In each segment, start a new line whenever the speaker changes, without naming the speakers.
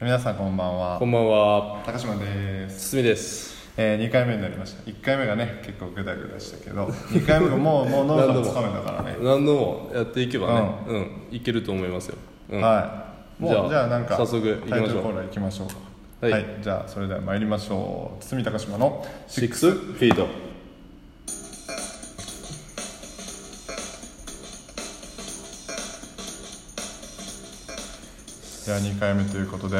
皆さんこんばんは
こんばんは。
高島です、
すみです。
え2回目になりました1回目がね結構グダグダしたけ ど2回目がもうもう脳がつかめたからね、
何度もやっていけばね、うん、いけると思いますよ。うん。
はいもう
じ
じ
ゃあ
ゃあなんか
早速行きま
タ
しょう
イトルコーナー行きましょうか
はい
じゃあそれでは参りましょう堤高島の
シックスフィート。
では2回目ということで、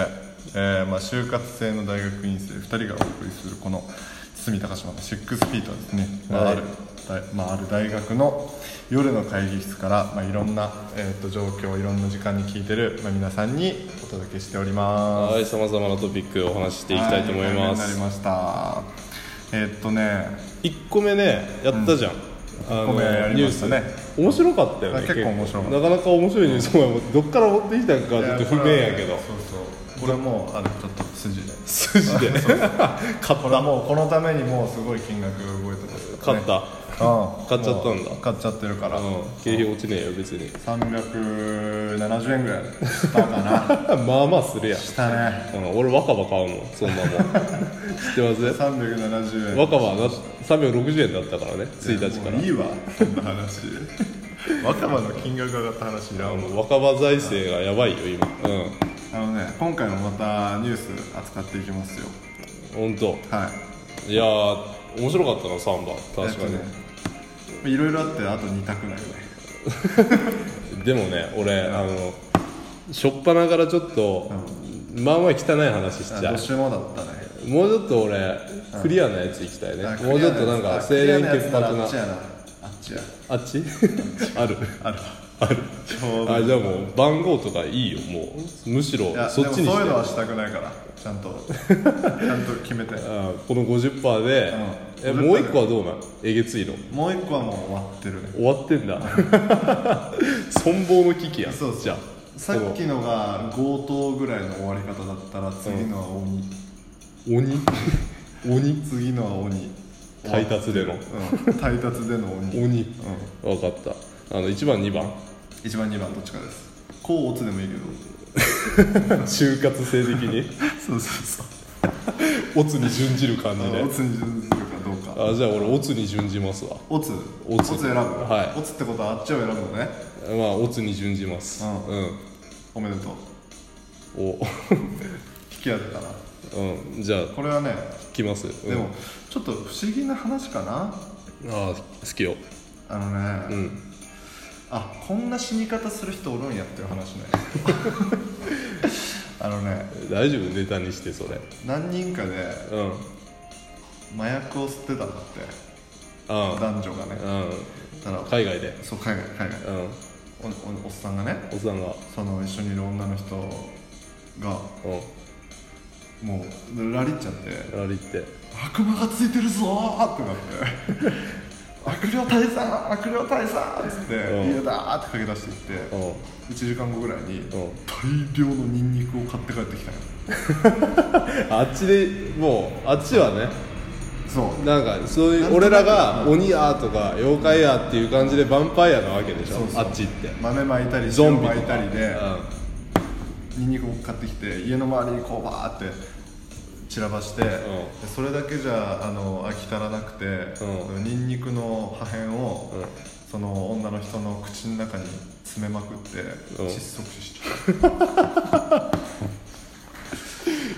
えーまあ、就活生の大学院生2人がお送りするこの堤高島のシックスフィートはですね、まあ、
は
あ
い
る、大まあ、ある大学の夜の会議室から、まあ、いろんな、えー、と状況いろんな時間に聞いてる、まあ、皆さんにお届けしております
はい、さまざまなトピックをお話ししていきたいと思い
は
ま
二回目になり
す。
ましたえーっとね
一個目ね、やったじゃん。あ
個目やり
ニュ
ま
ー
し
ス
たね
面白かったよ
あ
ね
結構面白かった
なかなか面白いニュースもどっから持ってきたんかちょっと不明やけ
い
ど
やこれはねそうそうこれもうあのちょっと筋で
筋で勝った
これはもうこのためにもうすごい金額が動いてます
勝った、
うん
買っちゃったんだ
もう買っちゃってるから、
うん経費落ちねえよ別に
370円ぐらいしたかな
まあまあするやん
したね
うん俺若葉買うもんそん なもん知ってます
370円
若葉が360円だったからね1日か
もういいわこんな 話若葉の金額上がった話いらんわ
ら若葉財政がやばいよ今うん
あのね今回もまたニュース扱っていきますよ
本当
はい
いやー面白かったなサンバ確かに、
えっとねいろいろあってあと2択だよね
でもね俺、あのしょっぱなからちょっと、まあまあ汚い話しちゃ
ど
う
っちもだったね
もうちょっと俺クリアなやついきたいね、
あ
もうちょっとなんか清廉潔白
あ
な
っちやなあっちや
あっち ある
ある
ある
ちょうど
あじゃあもう番号とかいいよもうむしろ
いや
そっち
で
に
も
し
そう
て
いうのはしたくないからちゃんと ちゃんと決めて
あこの50%で、
うん
えもう一個はどうなんえげついの
もう一個はもう終わってるね
終わって んだ存亡の危機や
そうそう
じゃあ
さっきのが強盗ぐらいの終わり方だったら次のは鬼、
鬼 鬼
次のは鬼
配達での
うん配達での鬼
鬼、分かったあの1番2番
1番2番どっちかですこう打つでもいいけど
就活生的に
そうそうそう
オツに準じる感じで
打つに準ずるかどうか
あじゃあ俺オツに準じますわ
オツ
オツ
選ぶ
はい
オツってことはあっちを選ぶのね
まあオツに準じます
う
うんん、
おめでとう
お
引き当てたな
うんじゃあ
これはね
聞きます、うん
でもちょっと不思議な話かな
あ好きよ
あのね、
うん
あこんな死に方する人おるんやっていう話ね あのね
大丈夫ネタにしてそれ
何人かで
うん
麻薬を吸ってたんだって
あ
男女がね
う
たら
ん海外で
そう海外海外
うん
おおおっさんがね
おっさんが
その一緒にいる女の人が
う
もうラリっちゃって
んラリって
悪魔がついてるぞーってな って悪霊退散悪霊退散っつって
うん
家だーって駆け出していって
うん
1時間後ぐらいに
うん
大量のニンニクを買って帰ってきたよ
あっちでもうあっちはね
そう
なんかそうい
なんと
う
な
俺
く
らが鬼やとか妖怪やっていう感じでヴァンパイアなわけでし
そ
ょ
うそう
あっちって
豆まいたり
ゾ
塩
ンビと
ま
か
いたりで
う
ニンニクを買ってきて家の周りにこうバーって散らばして、でそれだけじゃあの飽き足らなくて、
う
ニンニクの破片を、
ん
その女の人の口の中に詰めまくって
うん
窒息死した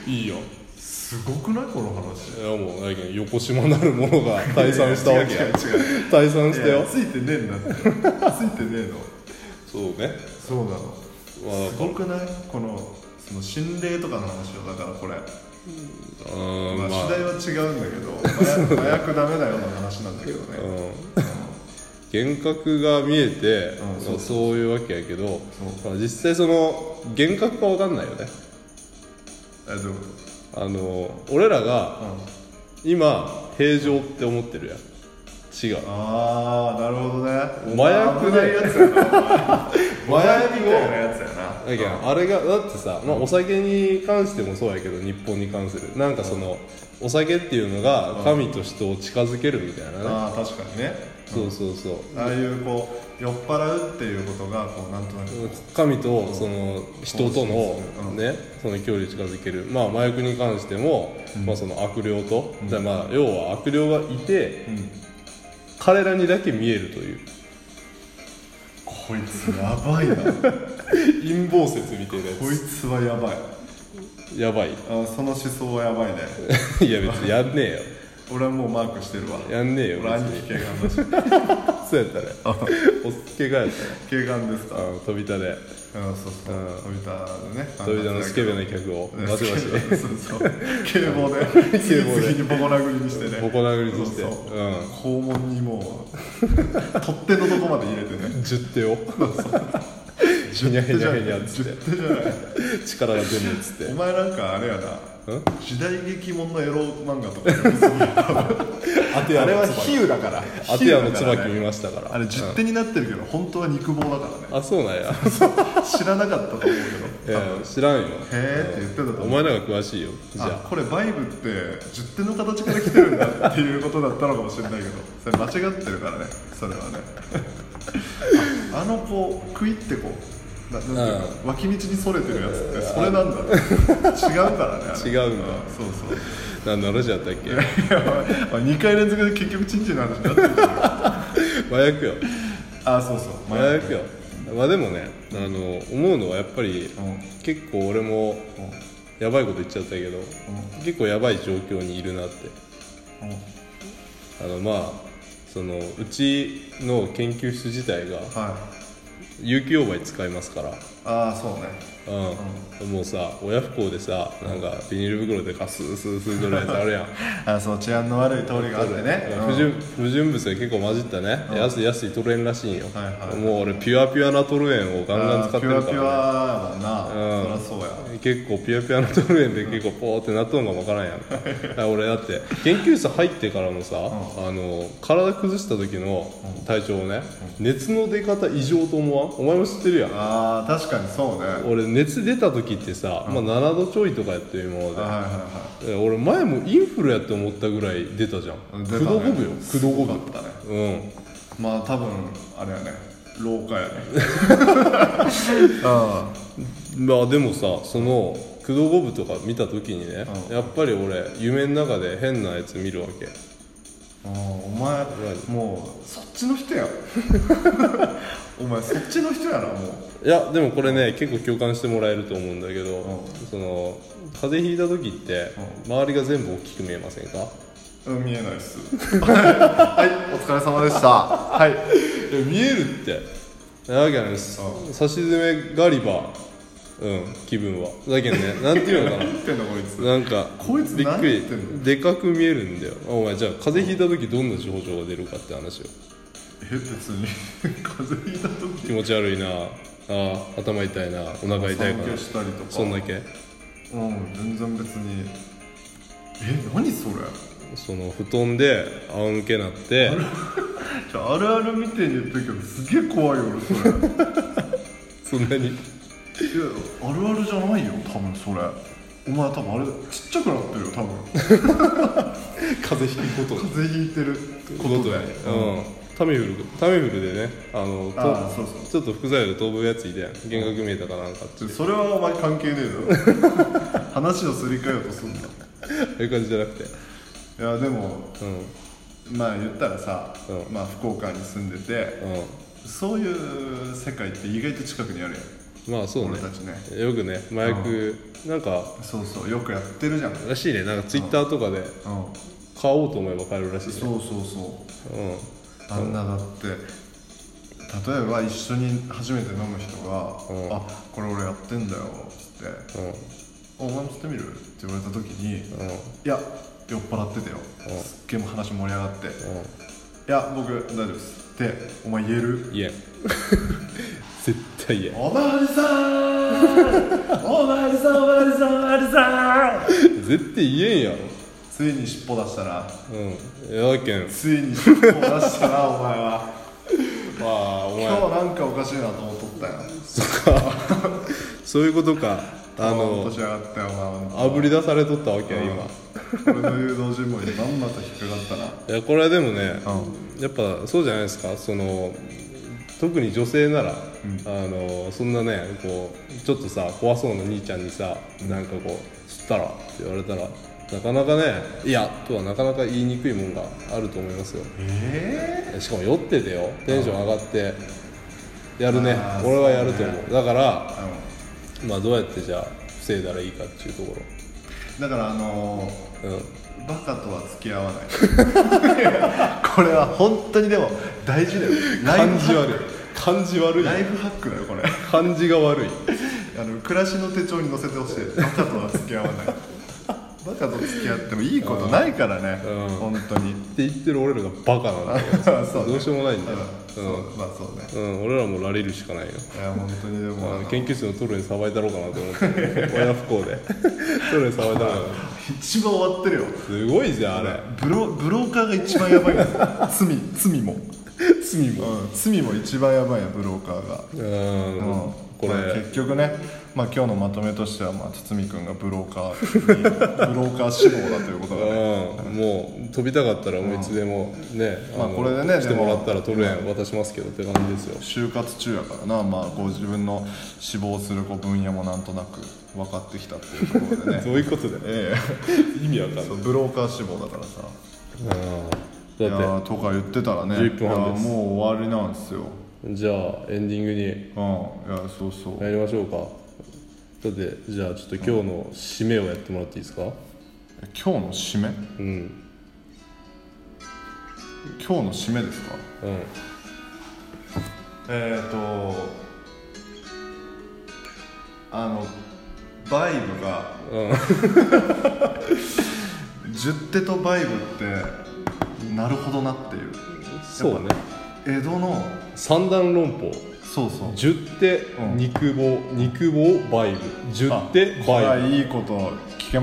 んいいよ
すごくないこの話
いやもうだけど横島なるものが退散したわけや
違う違う違う
退散した
い
よ
やついてねえんだ ってついてねえの
そうね
そうなの
まあ
すごくないこのその心霊とかの話をだからこれ、
うん
まあ、
ま
主
あ
題は違うんだけど麻薬麻薬ダメだよの話なんだけどね、
うん幻覚が見えて、
うんそう
まあそういうわけやけど、まあ、実際その幻覚かわかんないよね
えどういうこ
あの俺ら
と、う
が
ん、
今平常って思ってるやん違う
ああなるほどね
麻薬
危
で
ないやつやな麻薬みたいなやつや
だけどあれがだってさ、まあ、お酒に関してもそうやけど日本に関するなんかその、お酒っていうのが神と人を近づけるみたいなね
なああ確かにね
そうそうそう
ああいうこう酔っ払うっていうことがこうなんとなくこ
神とその人との
うん
ねその距離を近づけるまあ麻薬に関してもまあその悪霊とだからまあ要は悪霊がいて
う、うん
彼らにだけ見えるという
こいつやばいな
陰謀説みたいなや
こいつはやばい
つやばい い
あその思想はやばいね
や別にやんねえ
俺はもうマークしてるわ
よやんねえよ別
俺兄
に
貴軽眼だし
そうやったねおっけがやったね
軽眼ですか
あの飛びたで
うんそうそう
うん
飛びたでね
飛びたのスケベな客を
うん
バシバシ
そうそう 警棒で次
棒で
々にボコ殴りにしてね
ボコ殴りにして
そうそう
うん
肛門にもう取っ手のとこまで入れてね
十手をふにゃふにゃふにゃっつっ
10手じゃない
て力が出るっつって
お前なんかあれやなん時代劇もんのエロ漫画とか読みそう
当て屋の
比喩だから
アテアの椿見ましたから
あれ10手になってるけど本当は肉棒だからね
あそうな んや
知らなかったと思うけど
いや知らんよ
へーって言ってたと思う
お前なんか詳しいよじゃ
あ
あ
これバイブって10点の形から来てるんだっていうことだったのかもしれないけど それ間違ってるからねそれはねああのこう食いってこうななんていうの、脇道にそれてるやつってそれなんだ、ね、違うからねあれ
違うんだ
そうそう
何の話やったっけ
いや まあ2回連続で結局チンチンの話になってるけど
麻薬よ
あそうそう
麻薬よまあでもねあの思うのはやっぱり
ん
結構俺も
うん
やばいこと言っちゃったけど結構やばい状況にいるなって
うん
あのまあそのうちの研究室自体が
はい
有機溶媒使いますから
ああそうね
うん、もうさ親不孝でさなんかビニール袋でガスースースーぐらいやつあるやん
あそう治安の悪い通 りがあってね、
不純不純物が結構混じったね、安い安いトルエンらしいんよ、
はいはい
もう俺ピュアピュアなトルエンをガンガン使ってる
ピュア
か
ピュ
ら、
アだな、
うん
そりゃそうや
結構ピュアピュアなトルエンで結構ポーってなっとんかもわからんや んかだから俺だって研究室入ってからのさ、あの体崩した時の体調をね、熱の出方異常と思わんお前も知ってるやん
ああ確かにそうねはい
俺熱出た時ってさ、まあ、7度ちょいとかやってる今ま
はい
で、
はい
え俺前もインフルやって思ったぐらい出たじゃん
うん出た
九
ね
度五分よ九度五分
すごかったね
うん
まあ多分あれやね老化やね あ
まあでもさその九度五分とか見た時にね、
うん
やっぱり俺夢の中で変なやつ見るわけ
あお前もうそっちの人や お前そっちの人やなもう
いやでもこれね結構共感してもらえると思うんだけど、
う
その風邪ひいた時って、周りが全部大きく見えませんか
うん見えないっすはいお疲れ様でしたはい
いや見えるってなわけないです差し詰めガリバーうん気分はだけ どねなんていうのかな
何言ってんのこいつ
なんか
こいつ
びっくり
何言ってん
でかく見えるんだよお前じゃあ風邪ひいた時どんな症状が出るかって話よ
え別に風邪ひいた時
気持ち悪いなあー頭痛いなお腹痛いか
散
な
歩したりとか
そんだけ
うん全然別にえ何それ
その布団で仰向けなって
じゃああるあるみてえに言ってるけどすげえ怖いよ俺それいや
そんなに
あるあるじゃないよ多分それお前多分あれちっちゃくなってるよ多分
風邪ひくこと
風邪ひいてるこ
こと
と
で
で
うんタミフルタミフルでねあのと
あーそうそう
ちょっと副作用で飛ぶやついて幻覚見えたかなんかって
でそれはお前関係ねえだろ話をすり替えようとすんだ
そういう感じじゃなくて
いやでも
うん
まあ言ったらさ、
うん
まあ福岡に住んでて
う
そういう世界って意外と近くにあるやん
んまあそう
俺
ね
たちね
よくね麻薬なんか
そうそうよくやってるじゃんうん
らしいねなんかツイッターとかで買おうと思えば買えるらしいね
そうそうそう
うん
あんなだって例えば一緒に初めて飲む人が「
うん
あこれ俺やってんだよ」っつって
う
「
ん
お前も吸ってみる?」って言われた時に「い
うん
や酔っ払ってたよ」すっげえ話盛り上がって「いや僕大丈夫です」って「お前言える?
うんいや絶対嫌」
おまわり さんおまわりさんおまわりさんおまわりさん
絶対言えんやろ
ついに尻尾出したな
うんやだけん
ついに尻尾出したなお前は
まあお
今日
前
なんかおかしいなと思っとったよ
そうかそういうことかあ
落と
の
しやがったよな
あぶり出されとったわけや
うん
今
俺の誘導尋問にまんまと引っかかっ
いやこれはでもね
たなうん
やっぱそうじゃないですかその特に女性なら、
ん
あのそんなねこうちょっとさ怖そうな兄ちゃんにさなんかこう「吸ったら?」って言われたらなかなかね「いや」とはなかなか言いにくいもんがあると思いますよ
え
しかも酔っててよテンション上がってやるね
あー
俺はやると思うだから
え
まあどうやってじゃあ防いだらいいかっていうとこ
だからあのー
ろうん
バカとは付き合わない これは本当にでも大事だよライフ
感じ
ハ
悪い感じ
ッ
悪い
クライフハックだよこれ
感じが悪い
あの暮らしの手帳に載せてほしいバカとは付き合わないバカと付き合ってもいいことないからね
うん
本当に
って言ってる俺らがバカなんだよ
そう
どうしようもないんだよ、
そうまあそうね
うん、俺らもラリるしかないよ
いや本当にでもあ
あの
の
研究室のトルにさばいたろうかなと思って親不幸で トルにさばいたろうかな
一番終わってるよ
すごいじゃんあれ
ブロブローカーが一番やばいよ罪罪も、
罪
う
も
ん、罪も一番やばいよブローカーが
うん
うん
これ
まあ結局ね、まあ、今日のまとめとしては、まあ、堤君がブローカーにブロー カー志望だということがね
うん、もう飛びたかったらもういつでもね、
まあ
の
これでね
来てもらったらトルエン渡しますけどって感じですよ
就活中やからな、まあ、こう自分の志望するこう分野もなんとなく分かってきたっていうところ でね、
どういうことだよ
え
意味わかんな
え、そうブローカー志望だからさ
い
い
うんだ
やー
っ
とか言ってたらね
11分半です
いやーもう終わりなんですよ
てじゃあエンディングに
うんいやそうそう
やりましょうかだってじゃあちょっと今日の締めをやってもらっていいですか
今日の締め
うん
今日の締めですか
うん
えー、とあのバイブが、十手とバイブってなるほどなっていう
そうね
江戸の
三段論法
そうそう
十手
うん
肉棒肉棒バイブ十手
これ
バイブ
はいいこと聞け